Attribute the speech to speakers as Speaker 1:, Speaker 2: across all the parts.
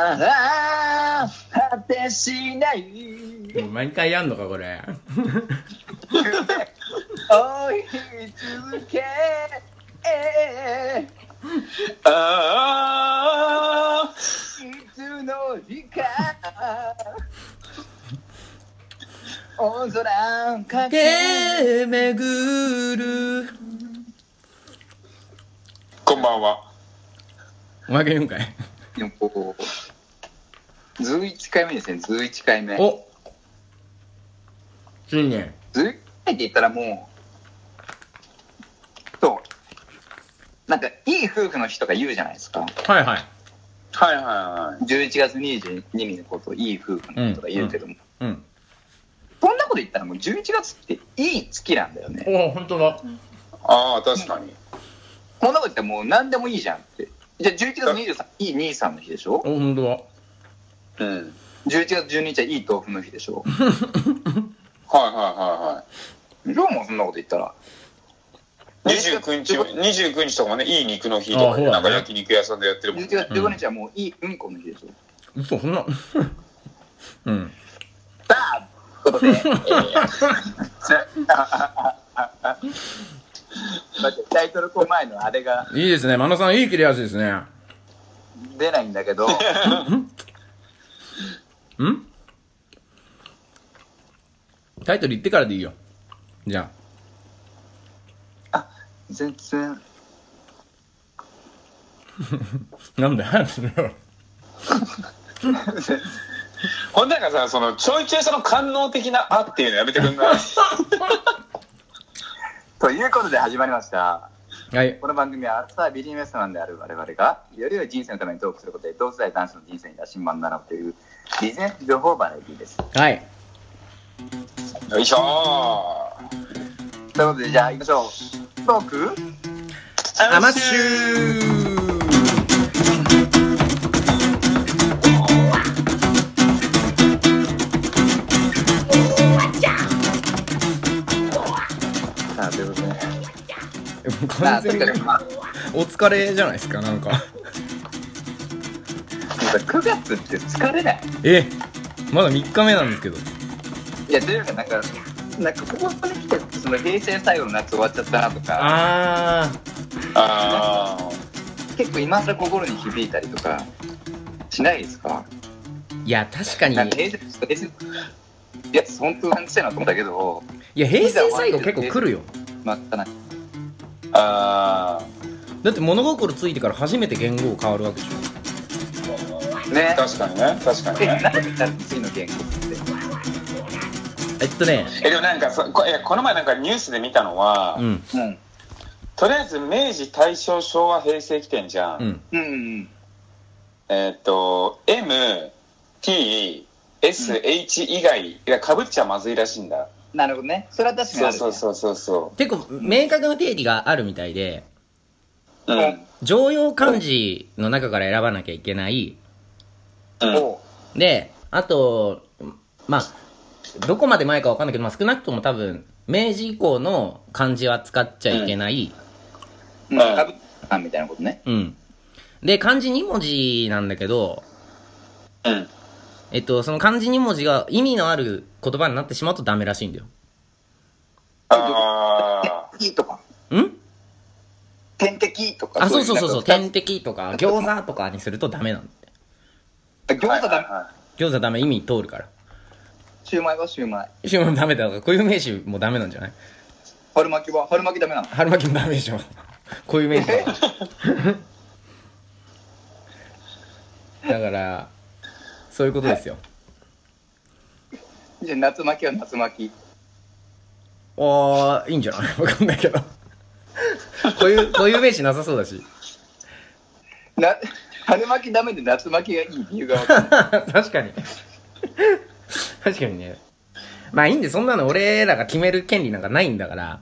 Speaker 1: ああ、果てしない。
Speaker 2: もう毎回やんのかこ れ
Speaker 1: 追い続け。ああ、いつの日か。大空かけ。
Speaker 2: めぐる
Speaker 3: こんばんは。
Speaker 2: お前が言うんかい
Speaker 1: 11回目ですね、11回目。
Speaker 2: お新年
Speaker 1: 11回って言ったらもう、そう、なんかいい夫婦の日とか言うじゃないですか。
Speaker 2: はいはい
Speaker 3: はいはいは
Speaker 1: 11月22日のことをいい夫婦の日とか言うけども、
Speaker 2: うん
Speaker 1: そんなこと言ったらもう11月っていい月なんだよね。
Speaker 2: おお本当だ
Speaker 3: い。ああ、確かに。
Speaker 1: こんなこと言ったらもう何でもいいじゃんって。じゃあ11月23日、いい兄さんの日でしょ
Speaker 2: お本当だ
Speaker 3: うん。
Speaker 1: ?11 月12日はいい豆腐の日で しょ
Speaker 3: はいは
Speaker 1: 今日もそんなこと言ったら。
Speaker 3: いはいはい。29日は、29日とかもね、いい肉の日とかで、
Speaker 2: あ
Speaker 3: な
Speaker 2: そ
Speaker 3: ん
Speaker 2: うだね
Speaker 3: か焼肉屋さんでやってるもん
Speaker 1: 11
Speaker 3: ね。
Speaker 1: 月15日はもういいうん この日でしょ、
Speaker 2: 嘘そんな うん
Speaker 1: さあ、ということで、えー待ってタイトルコール前のあれが
Speaker 2: いいですね真野さんいい切れ味ですね
Speaker 1: 出ないんだけど、
Speaker 2: んタイトル言ってからでいいよじゃ
Speaker 1: 全然、
Speaker 2: あなんだよ早くしろよ
Speaker 3: ほんだからさ、その、ちょいちょいその官能的なあっていうのやめてく んない
Speaker 1: ということで始まりました。
Speaker 2: はい
Speaker 1: この番組はアラサービジネスマンである我々が、より良い人生のためにトークすることで、同世代男子の人生に羅針盤になろうという、ビジネス情報バラエティーです。
Speaker 2: はい
Speaker 3: よいしょー。
Speaker 1: ということで、じゃあ行きましょう。トーク
Speaker 2: アマッシュ
Speaker 1: さあ、ということで、まあ、
Speaker 2: 完
Speaker 1: とに
Speaker 2: 全
Speaker 1: か
Speaker 2: に
Speaker 1: く、まあ、
Speaker 2: お疲れじゃないですかなんか
Speaker 1: 9月って疲れない。
Speaker 2: えまだ3日目なんですけど
Speaker 1: いや、というか、なんか、なんか、ここまで来て、その平成最後の夏終わっちゃったなとか、
Speaker 2: あ
Speaker 3: ああ。
Speaker 1: 結構今更心に響いたりとか、しないですか
Speaker 2: ーいや確かに
Speaker 1: なんか平成、平成、いや、本当感じたいなと思ったけど、
Speaker 2: いや平成最後結構来るよ
Speaker 1: まったな。
Speaker 3: あ
Speaker 2: だって物心ついてから初めて言語が変わるわけでしょ
Speaker 3: あ。
Speaker 1: ね。
Speaker 3: 確かにね、確かに
Speaker 1: え、
Speaker 3: ね。
Speaker 1: 何だ次の言語って。
Speaker 2: えっとね
Speaker 3: え、でもなんかさ、こいやこの前なんかニュースで見たのは、
Speaker 2: うん
Speaker 1: うん。
Speaker 3: とりあえず明治、大正、昭和、平成来てんじゃん。
Speaker 2: うん
Speaker 1: うんうん。
Speaker 3: えーっ、と、M、T、S、H 以外がかぶっちゃまずいらしいんだ。
Speaker 1: なるほどね。それは確かにあ
Speaker 3: そ
Speaker 1: る、
Speaker 3: う
Speaker 1: ね。
Speaker 3: そうそうそうそ
Speaker 2: 結構明確な定義があるみたいで
Speaker 3: う。うん。うん。
Speaker 2: 常用漢字の中から選ばなきゃいけない
Speaker 1: おう
Speaker 2: であとまあどこまで前かわかんないけど、まあ、少なくとも多分明治以降の漢字は使っちゃいけない、
Speaker 1: うん。かぶったみたいなことね。
Speaker 2: うん、で漢字2文字なんだけど
Speaker 3: うん。
Speaker 2: えっと、その漢字2文字が意味のある言葉になってしまうとダメらしいんだ
Speaker 3: あ
Speaker 1: いいとか、
Speaker 2: よ。ん
Speaker 1: 天敵とか。
Speaker 2: あ、そうそうそうそう、
Speaker 1: なんか
Speaker 2: 天敵とか、餃子とかにするとダメなんだって。
Speaker 1: 餃
Speaker 3: ー。
Speaker 1: 子だ、
Speaker 3: は
Speaker 2: 餃子ダメ、意味通るから。
Speaker 1: シューマイはシューマイ。
Speaker 2: シューマイダメだとか、固有名詞もダメなんじゃない
Speaker 1: 春巻きは春巻きダメなの。
Speaker 2: 春巻きもダメでしょ。固有名詞だからだから、そういうことですよ。
Speaker 1: じゃあ夏巻きは夏巻き。
Speaker 2: あー、いいんじゃないわかんないけど。固有、固有名詞なさそうだし。
Speaker 1: な、春巻きダメで夏巻きがいい理由がわかんない。
Speaker 2: 確かに確かにねまあいいんでそんなの俺らが決める権利なんかないんだから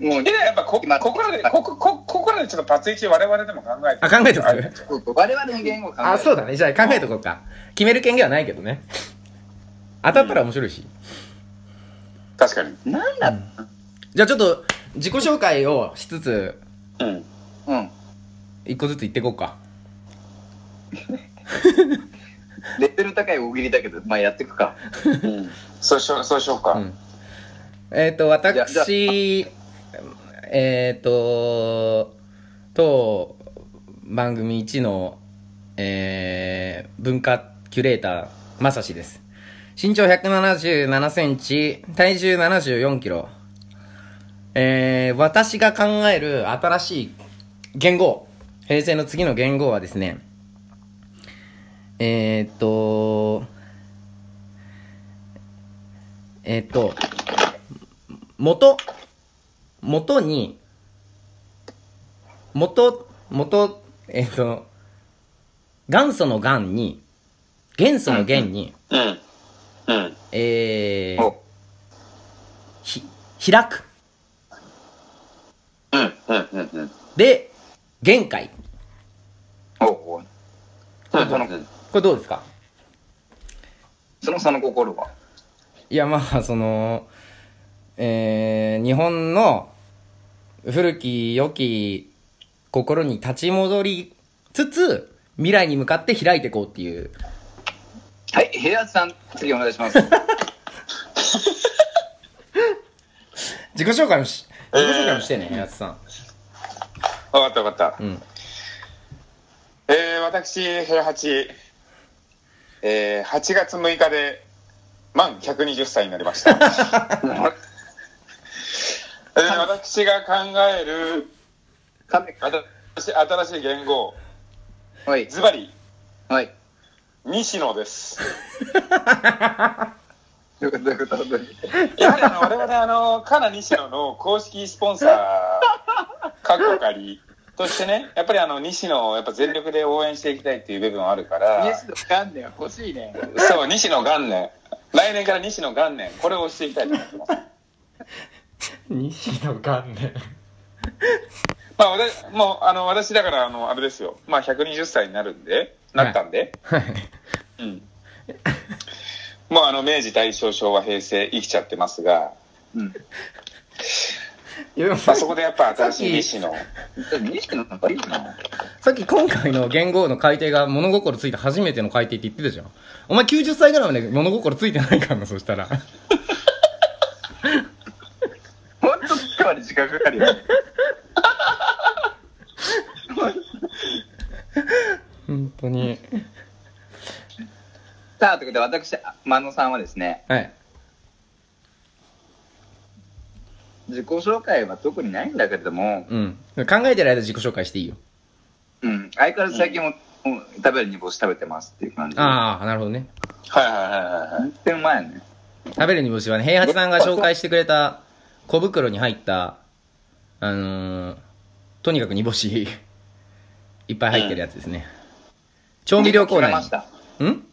Speaker 1: もう
Speaker 3: い。で、、やっぱこ、ここらで、ここ、こここらでちょっとパツイチ我々でも考えて。
Speaker 2: あ考えてます
Speaker 3: る
Speaker 1: そうそう我々の言語を考える
Speaker 2: あそうだねじゃあ考えとこうか決める権限はないけどね当たったら面白いし、
Speaker 3: 確かに。
Speaker 1: なんだ
Speaker 2: じゃあちょっと自己紹介をしつつ
Speaker 3: うん。
Speaker 1: うん。
Speaker 2: 一個ずつ言ってこうか
Speaker 1: レベル高い大喜利だけど、まあやっていくか。
Speaker 3: うん。そうしよう、そうしようか。
Speaker 2: うんえっ、と、
Speaker 1: じゃあ
Speaker 2: 私、えっ、と、当番組1の、えー、文化キュレーター、まさしです。身長177センチ、体重74キロ。えー、私が考える新しい言語、平成の次の言語はですね、えー、っと、えー、っと、元、元に、元、元、えっと、元祖の元に、元素の元に、
Speaker 3: うん。うん。
Speaker 2: えー、
Speaker 1: お
Speaker 2: ひ、開く。
Speaker 3: うん。うん。うん。うん。
Speaker 2: で、限界。
Speaker 1: おお
Speaker 3: うん。
Speaker 2: これどうですか
Speaker 1: その差の心は。
Speaker 2: いや、まあ、その、えー、日本の古き良き心に立ち戻りつつ、未来に向かって開いていこうっていう。
Speaker 1: はい、部屋さん、次お願いし ます。
Speaker 2: 自己紹介もし、
Speaker 3: え
Speaker 2: 自
Speaker 3: ー
Speaker 2: 己紹介もしてね、やつさん。
Speaker 3: わかったわかった。
Speaker 2: うん。
Speaker 3: えー、私、平八、えー、8月6日で、満120歳になりました。 えー、私が考える、
Speaker 1: 亀か。
Speaker 3: 新しい新しい言語、
Speaker 1: はい、
Speaker 3: ズバリ、
Speaker 1: はい。
Speaker 3: 西野です。
Speaker 1: どういうことどういうことどういうこと
Speaker 3: やはりあの、我々、あの、カナ西野の公式スポンサ ー、かっこかり、としてね、やっぱりあの、西野をやっぱ全力で応援していきたいっていう部分はあるから、
Speaker 1: イエスの観念は欲しいね。
Speaker 3: そう、西野元年。来年から西野元年。これを押していきたいと思ってます。
Speaker 2: 西野元年。
Speaker 3: まあ、私、もう、あの、私だから、あの、あれですよ。まあ、120歳になるんで、なったんで。
Speaker 2: はい。
Speaker 3: うん。もう、あの、明治、大正、昭和、平成、生きちゃってますが、
Speaker 1: うん。
Speaker 2: いやでも
Speaker 3: ま
Speaker 2: さ
Speaker 3: あ、そこでやっぱ新しい西野。
Speaker 1: 西野なんかいいな。
Speaker 2: さっき今回の元号の改定が物心ついて初めての改定って言ってたじゃん。お前90歳ぐらいまで物心ついてないからな、そしたら。
Speaker 1: ほんと、今まで時間かかるよ。
Speaker 2: 本当に。
Speaker 1: さあ、ということで、私、真野さんはですね、
Speaker 2: はい。
Speaker 1: 自己紹介は特にないんだけれども、
Speaker 2: うん。考えてる間自己紹介していいよ。
Speaker 1: うん、相変わらず最近も、うん食べる煮干し食べてますっていう感じ。
Speaker 2: ああ、なるほどね。
Speaker 3: はいはいはいはいはい。
Speaker 1: 全然うまいよね。
Speaker 2: 食べる煮干しはね、平八さんが紹介してくれた小袋に入った、あのー、とにかく煮干し、いっぱい入ってるやつですね。調味料コーナ
Speaker 1: 言語決めました。
Speaker 2: ーに。ん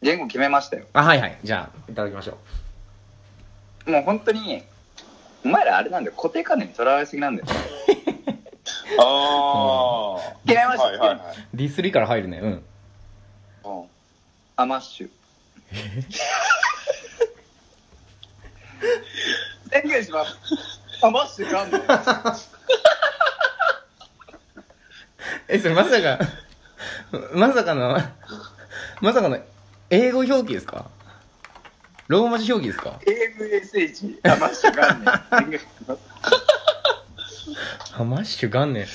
Speaker 1: 言語決めましたよ。
Speaker 2: あ、はいはい。じゃあ、いただきましょう。
Speaker 1: もう本当に、お前らあれなんだよ、固定観念にとらわれすぎなんだよ。
Speaker 3: ああ。
Speaker 1: 決めました
Speaker 3: はいはいはい。
Speaker 2: ディスリから入るね。うん。
Speaker 3: うん
Speaker 1: アマッシュ。宣言します。アマッシュかんだよ。
Speaker 2: え、それまさか、まさかの、まさかの、英語表記ですかローマ字表記ですか
Speaker 1: AMSH、アマッシュかんね宣言します。
Speaker 2: あ、マッシュ元年。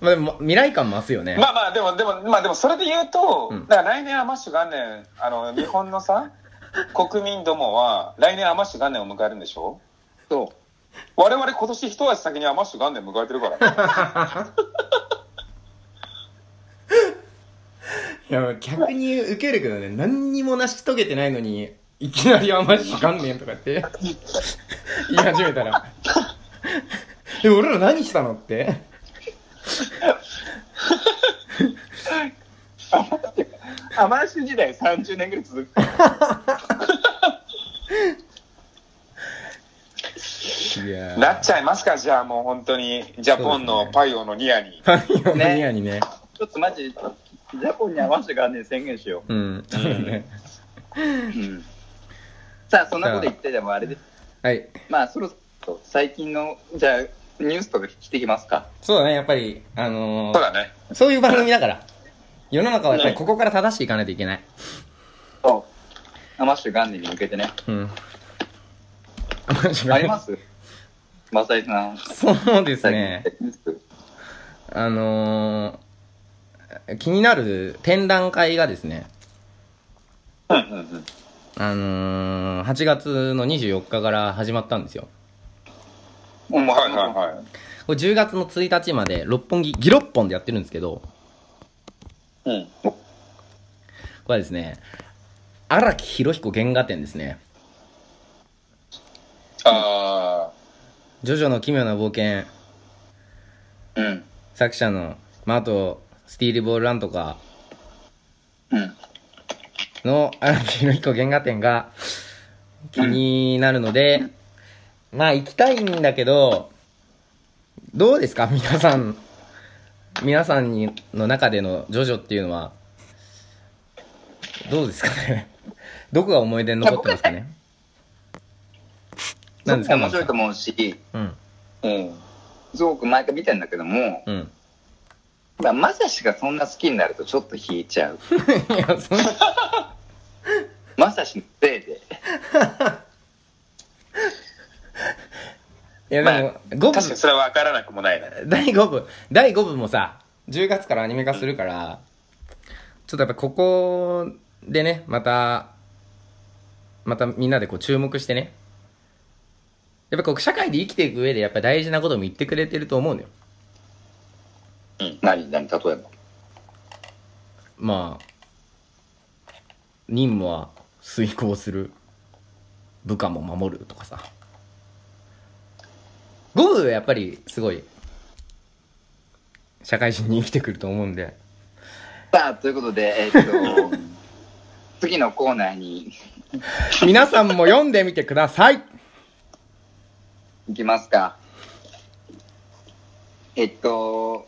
Speaker 2: まあでも、未来感増すよね。
Speaker 3: まあまあ、でも、でも、まあでも、それで言うと、
Speaker 2: うん
Speaker 3: だから来年アマッシュ元年、あの、日本のさ、国民どもは、来年アマッシュ元年を迎えるんでしょ
Speaker 1: そ
Speaker 3: 我々今年一足先にアマッシュ元年迎えてる から。
Speaker 2: いや、逆に受けるけどね、何にも成し遂げてないのに、いきなりあんまりしかんねんとかって、 言い始めたら。え、俺ら何したのって。
Speaker 1: う。アマッシュ時代30年ぐらい続く。
Speaker 2: いや
Speaker 3: なっちゃいますかじゃあもう本当に、ジャポンのパイオのニアに。
Speaker 2: パンヨニアにね。
Speaker 1: ちょっとマジ、ジャポンにアマッシュかんね宣言しよ
Speaker 2: うん。
Speaker 1: う。うん。さあ、そんなこと言ってでもあれです。
Speaker 2: はい。
Speaker 1: まあ、そろそろ最近の、じゃあ、ニュースとか聞いてきますか。
Speaker 2: そうだね、やっぱり、あの
Speaker 3: そう
Speaker 2: ー、
Speaker 3: だね。
Speaker 2: そういう番組だから。世の中はやっぱりここから正していかないといけない。
Speaker 1: そう。マッシュ元年に向けてね。
Speaker 2: うん。
Speaker 1: あり ますマサイさん。
Speaker 2: そうですね。あのー気になる展覧会がですね、
Speaker 1: うんうんうん。
Speaker 2: あのー8月の24日から始まったんですよ。
Speaker 3: うん、はいはいは
Speaker 2: これ10月の1日まで六本木、ギロッポンでやってるんですけど、
Speaker 3: い。うん。
Speaker 2: これはですね、荒木博彦原画展ですね。
Speaker 3: あ
Speaker 2: ジョジョの奇妙な冒険、
Speaker 1: うん。
Speaker 2: 作者の、まあ、あと、スティールボールランとか
Speaker 1: うん。
Speaker 2: の荒木博彦原画展が気になるので、まあ行きたいんだけど、どうですか皆さん、皆さんにの中でのジョジョっていうのは、どうですかねどこが思い出に残ってますかね何ですか
Speaker 1: 面白いと思うし、
Speaker 2: うん。
Speaker 1: うん。すごく毎回見てんだけども、
Speaker 2: うん。
Speaker 1: まあ、まさしがそんな好きになるとちょっと引いちゃう。
Speaker 2: いや、そんな
Speaker 1: まさしのせいで。
Speaker 2: いやでも、
Speaker 3: あ。
Speaker 2: 五
Speaker 3: 確かに
Speaker 2: 部、
Speaker 3: それは分からなくもないな。
Speaker 2: 第5部、第5部もさ、10月からアニメ化するから、ちょっとやっぱここでね、また、またみんなでこう注目してね。やっぱこう社会で生きていく上でやっぱ大事なことも言ってくれてると思うのよ。
Speaker 1: うん。何何例えば。
Speaker 2: まあ、任務は遂行する。部下も守るとかさ。5部はやっぱりすごい、社会人に生きてくると思うんで。
Speaker 1: さあ、ということで、えっ と、次のコーナーに
Speaker 2: 皆さんも読んでみてください。
Speaker 1: 行きますか。えっと、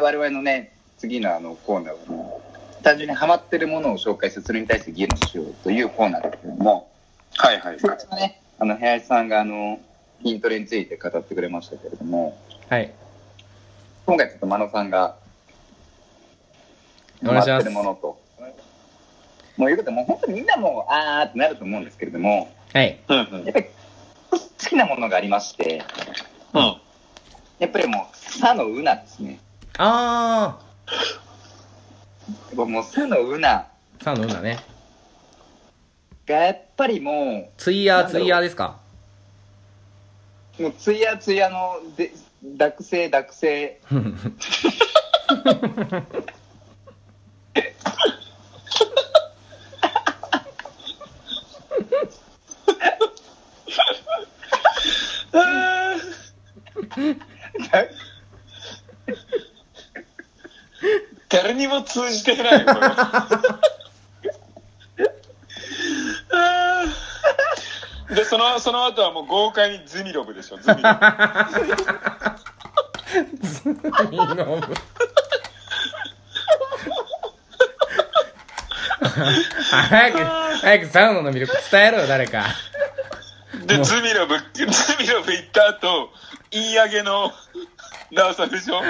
Speaker 1: 我々のね、次のあのコーナーは、単純にハマってるものを紹介して、それに対して議論しようというコーナーですけども、
Speaker 3: はいはい。
Speaker 1: 先日はね、あの、林さんがあの、筋トレについて語ってくれましたけれども、
Speaker 2: はい。
Speaker 1: 今回ちょっと真野さんが、
Speaker 2: お願いします
Speaker 1: ハマってるものと。もういうことでもう本当にみんなもう、あーってなると思うんですけれども、
Speaker 2: はい。
Speaker 3: うんう
Speaker 1: やっ
Speaker 3: ん。
Speaker 1: ぱり好きなものがありまして、
Speaker 3: うん。
Speaker 1: やっぱりもう、さのうなですね。
Speaker 2: あ
Speaker 1: やっぱもう、さのうな
Speaker 2: ー。さあ、飲んだね。
Speaker 1: がやっぱりも
Speaker 2: ツイヤー、ツイヤーですか
Speaker 1: う、もう、つやつやの、で、濁性、濁性。
Speaker 3: あー誰にも通じてないよ、これ。あーで、その、その後はもう豪快にズミロブでしょ、ズミロブ。
Speaker 2: 早く、早くサウナの魅力伝えろよ、誰か。
Speaker 3: で、ズミロブ、ズミロブ行った後、言い上げの、なおさんでしょ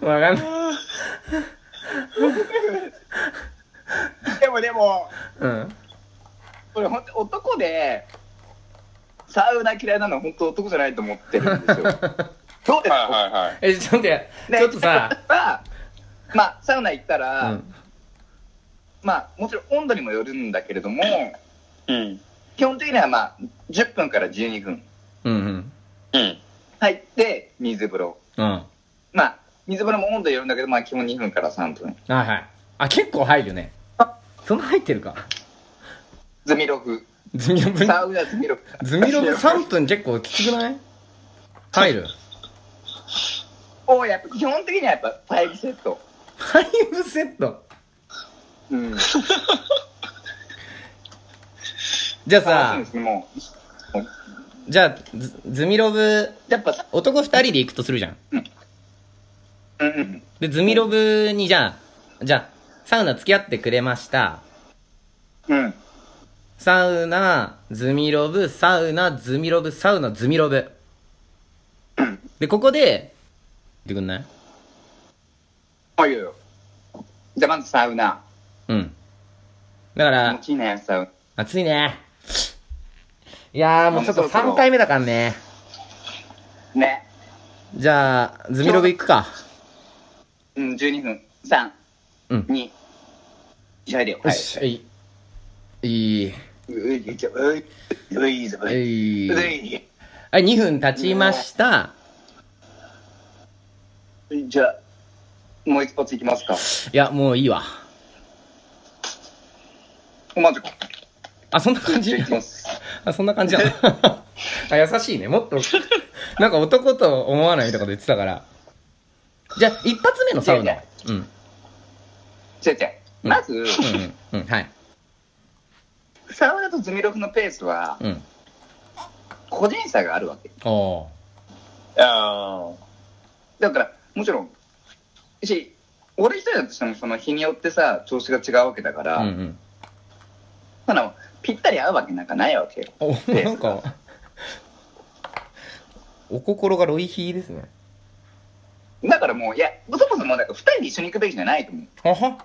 Speaker 2: わかんない。
Speaker 1: でもでも、
Speaker 2: うん。
Speaker 1: これ本当男で、サウナ嫌いなのは本当男じゃないと思ってるんですよ。 どうです
Speaker 3: は
Speaker 1: か
Speaker 3: いはいはい。
Speaker 2: え、ちょっとや、ちょっとさ、
Speaker 1: は、まあ、サウナ行った
Speaker 2: う
Speaker 1: ら、
Speaker 2: ん。
Speaker 1: まあ、もちろん温度にもよるんだけれども、
Speaker 3: うん。
Speaker 1: 基本的にはまあ、10分から12分
Speaker 2: うんうん。
Speaker 3: うん。
Speaker 1: 入って、水風呂。
Speaker 2: うん。は
Speaker 1: まあ、水風呂も温度によるんだけど、まあ、基本2分から3分。
Speaker 2: いはい。あ、結構入るね。そんな入ってるか。
Speaker 1: ズミロフ。
Speaker 2: ズミロブ、
Speaker 1: サウナズミロフ。
Speaker 2: ズミロブ3分結構きつくない入る。
Speaker 1: をやっぱ、基本的にはやっぱ、5セット。
Speaker 2: ファイブセット。
Speaker 1: うん。
Speaker 2: じゃあ
Speaker 1: 楽しいで
Speaker 2: さ、
Speaker 1: すね、もう。
Speaker 2: じゃあ、ズズミロブ、
Speaker 1: やっぱさ、
Speaker 2: 男二人で行くとするじゃん。
Speaker 1: うんうん。
Speaker 2: で、ズミロブにじゃあ、じゃあ、サウナ付き合ってくれました。
Speaker 1: うん。
Speaker 2: サウナ、ズミロブ、サウナ、ズミロブ、サウナ、ズミロブ。で、ここで、言ってくんない
Speaker 1: あ、いいよ。じゃあまずサウナ。
Speaker 2: うん。だから
Speaker 1: 大、きいね、サウ
Speaker 2: 暑いね。いやー、もうちょっと3回目だからね。
Speaker 1: ナ。ね。
Speaker 2: じゃあ、ズミログ行くか。
Speaker 1: うん、12分。3、
Speaker 2: うん。
Speaker 1: 2、やれよ。
Speaker 2: よ
Speaker 1: はい。
Speaker 2: し、はい。いい。
Speaker 1: うい、いけうい、うい、う、
Speaker 2: はいい。
Speaker 1: う
Speaker 2: はい、
Speaker 1: い。
Speaker 2: 2分経ちました。
Speaker 1: じゃあ、もう一発いきますか。
Speaker 2: いや、もういいわ。
Speaker 1: お、まずか。
Speaker 2: あ、そんな感じ
Speaker 1: じゃあいきます。
Speaker 2: あ、そんな感じなのあ、優しいね。もっと、なんか男と思わないとかで言ってたから。じゃあ、一発目のサウナ。うん。うん
Speaker 1: 違う違う。まず、
Speaker 2: うん。うん。はい。
Speaker 1: サウナとズミロフのペースは、
Speaker 2: うん。
Speaker 1: 個人差があるわけ。
Speaker 2: おー。
Speaker 3: あ
Speaker 1: だから、もちろん、し、俺一人だとしても、その日によってさ、調子が違うわけだか
Speaker 2: う
Speaker 1: ら、
Speaker 2: んうん。
Speaker 1: そんなのぴったり合うわけなんかないわけよ。
Speaker 2: お、なんか、お心がロイヒーですね。
Speaker 1: だからもう、いや、そもそも、だから二人で一緒に行くべきじゃないと思う。
Speaker 2: はは。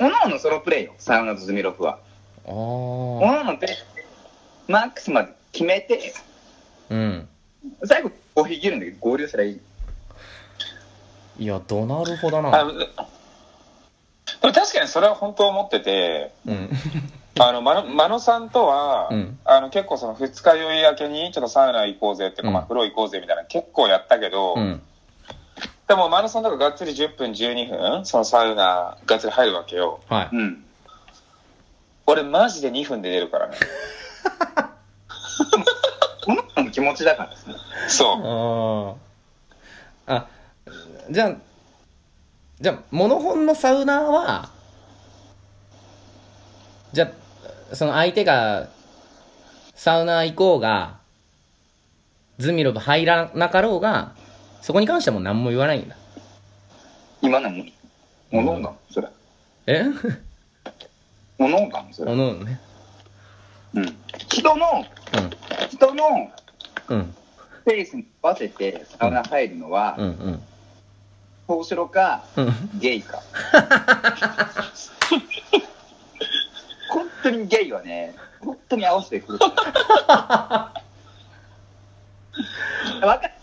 Speaker 1: おのおのソロプレイよ、サウナとズミロフは。
Speaker 2: あ
Speaker 1: お
Speaker 2: ー。
Speaker 1: のおのペース、マックスまで決めて、
Speaker 2: うん。
Speaker 1: 最後、こうひぎるんだけど、合流したらいい。
Speaker 2: いや、どなるほど
Speaker 3: あ
Speaker 2: な。
Speaker 3: あでも確かにそれは本当思ってて
Speaker 2: うん。
Speaker 3: あのまのまのさんとは、
Speaker 2: うん
Speaker 3: あの結構その二日酔い明けにちょっとサウナ行こうぜっていうか、
Speaker 2: うん
Speaker 3: まあ、風呂行こうぜみたいな結構やったけど、
Speaker 2: うん。
Speaker 3: でもまのさんとかがっつり10分12分そのサウナがっつり入るわけよ
Speaker 2: は
Speaker 1: うん。
Speaker 3: 俺マジで2分で出るか らね
Speaker 1: おのおのの気持ちだからさ。
Speaker 2: い。
Speaker 3: そう
Speaker 2: ああ。あ、じゃあ、じゃあ、モノホンのサウナーは、じゃあ、その相手が、サウナー行こうが、ズミロブ入らなかろうが、そこに関してはもう何も言わないんだ。
Speaker 1: 今のも、おのおの、それ。
Speaker 2: え
Speaker 1: おのおの、そ
Speaker 2: お
Speaker 1: れ。
Speaker 2: のおのね。
Speaker 1: うん。人の、人の
Speaker 2: うん。うん。
Speaker 1: ペースに合わせてサウナ入るのは、
Speaker 2: うん。うん。
Speaker 1: 東城か
Speaker 2: うん。
Speaker 1: ゲイか。本当にゲイはね、本当に合わせてくるから。わかる。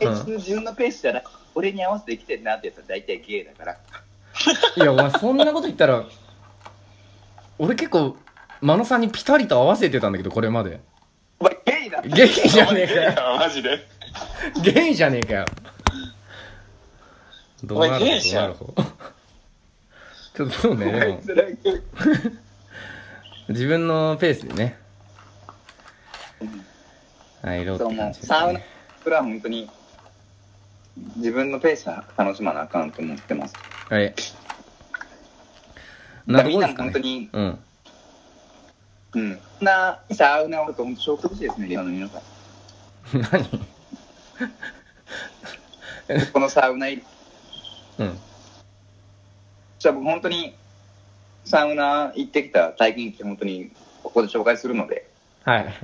Speaker 1: え、
Speaker 2: うん
Speaker 1: 自分のペースじゃない。俺に合わせてきてるなってやつは大体ゲイだから。
Speaker 2: いや、お前そんなこと言ったら、俺結構、真野さんにピタリと合わせてたんだけど、これまで。
Speaker 1: お前ゲイだって。
Speaker 2: ゲイじゃねえかよ。
Speaker 3: マジで
Speaker 2: ゲイじゃねえかよ。どうなる
Speaker 3: お前ゲイじゃん
Speaker 2: どうなるちょっとそうね、でも
Speaker 1: それはゲイ
Speaker 2: 自分のペースでね。はい、ろうっ
Speaker 1: そ
Speaker 2: て
Speaker 1: うも
Speaker 2: 感
Speaker 1: う
Speaker 2: じです
Speaker 1: サウナ
Speaker 2: ね。
Speaker 1: プラは本当に自分のペースで楽しまなあかんと思ってます。
Speaker 2: はい。なる
Speaker 1: み
Speaker 2: ほ
Speaker 1: ん
Speaker 2: ど
Speaker 1: な
Speaker 2: です
Speaker 1: も
Speaker 2: か
Speaker 1: 本当
Speaker 2: ね。
Speaker 1: に、
Speaker 2: うん。
Speaker 1: うん、なサウナを本当紹介ほしいですね、リアの皆さん。
Speaker 2: 何
Speaker 1: このサウナ入り、
Speaker 2: うん。
Speaker 1: じゃあ僕本当にサウナ行ってきた体験記本当にここで紹介するので、
Speaker 2: はい。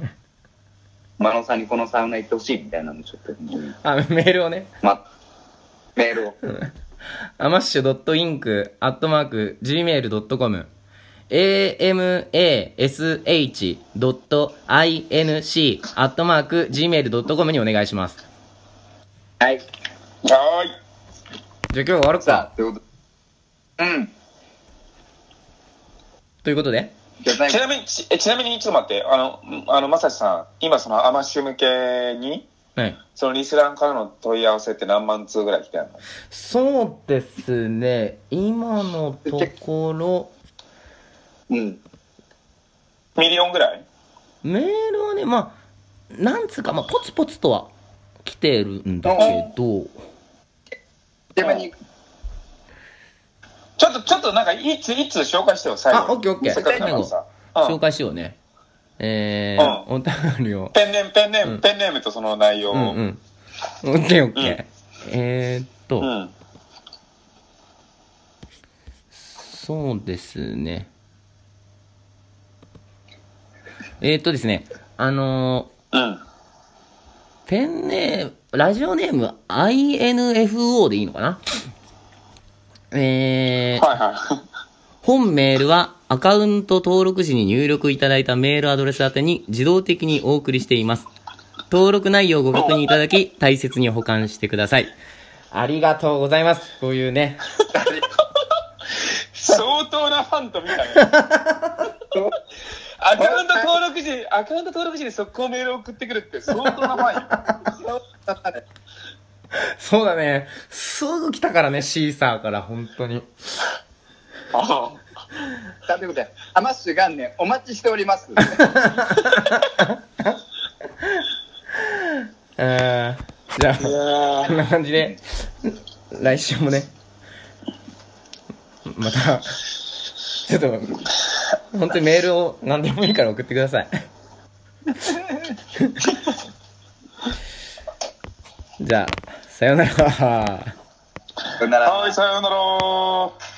Speaker 1: マノさんにこのサウナ行ってほしいみたいなのちょっと本当に、
Speaker 2: あ、メールをね。
Speaker 1: ま、メールを。
Speaker 2: アマッシュ .inc アットマーク gmail.com amash.inc アットマーク gmail.com にお願いします。
Speaker 1: はい。
Speaker 3: はーい
Speaker 2: じゃあ今日は終わる
Speaker 1: さ
Speaker 2: か。
Speaker 1: あ、ということで。うん。
Speaker 2: ということで。
Speaker 1: じゃあ最
Speaker 3: ち
Speaker 1: 後
Speaker 3: なみにちえちなみにちょっと待ってあのんあのまさしさん今そのアマッシュ向けに
Speaker 2: はい。
Speaker 3: そのリスランからの問い合わせって何万通ぐらい来てんの
Speaker 2: そうですね。今のところ、
Speaker 1: うん。
Speaker 3: ミリオンぐらい
Speaker 2: メールはね、まあ、なんつうか、まあ、ポツポツとは来てるんだけど、
Speaker 1: ちなみに、
Speaker 3: ちょっとちょっとなんかいついつ紹介してよ最後
Speaker 2: あオッケーオッケー
Speaker 3: せっかくだからさう
Speaker 2: 紹
Speaker 3: ん
Speaker 2: 介しようね。えー、お便りを。
Speaker 3: ペンネームペンネーム、
Speaker 2: うん
Speaker 3: ペンネームとその内容を
Speaker 2: うんうん。オッケーオッケー。えーっと、
Speaker 3: うん
Speaker 2: そうですね。えーっとですね、あの
Speaker 3: うん
Speaker 2: ペンネーム、ラジオネーム INFO でいいのかなえー、
Speaker 3: はいはい。
Speaker 2: 本メールはアカウント登録時に入力いただいたメールアドレス宛てに自動的にお送りしています。登録内容をご確認いただき、大切に保管してください。ありがとうございます。こういうね。
Speaker 3: 相当なファンと見 たね。アカウント登録時、アカウント登録時に速攻メールを送ってくるって相当なファンよ。
Speaker 2: そうだね。すぐ来たからね、シーサーから、本当に。
Speaker 3: あ
Speaker 1: さあということで、ハマッシュ元年お待ちしております。
Speaker 2: うん。じゃあ
Speaker 3: あい、や
Speaker 2: こん
Speaker 3: ー
Speaker 2: な感じで、来週もね、また、ちょっと、本当にメールを何でもいいから送ってくださ い。じゃあ、さようなら。
Speaker 1: さよなら
Speaker 3: はい、さようなら。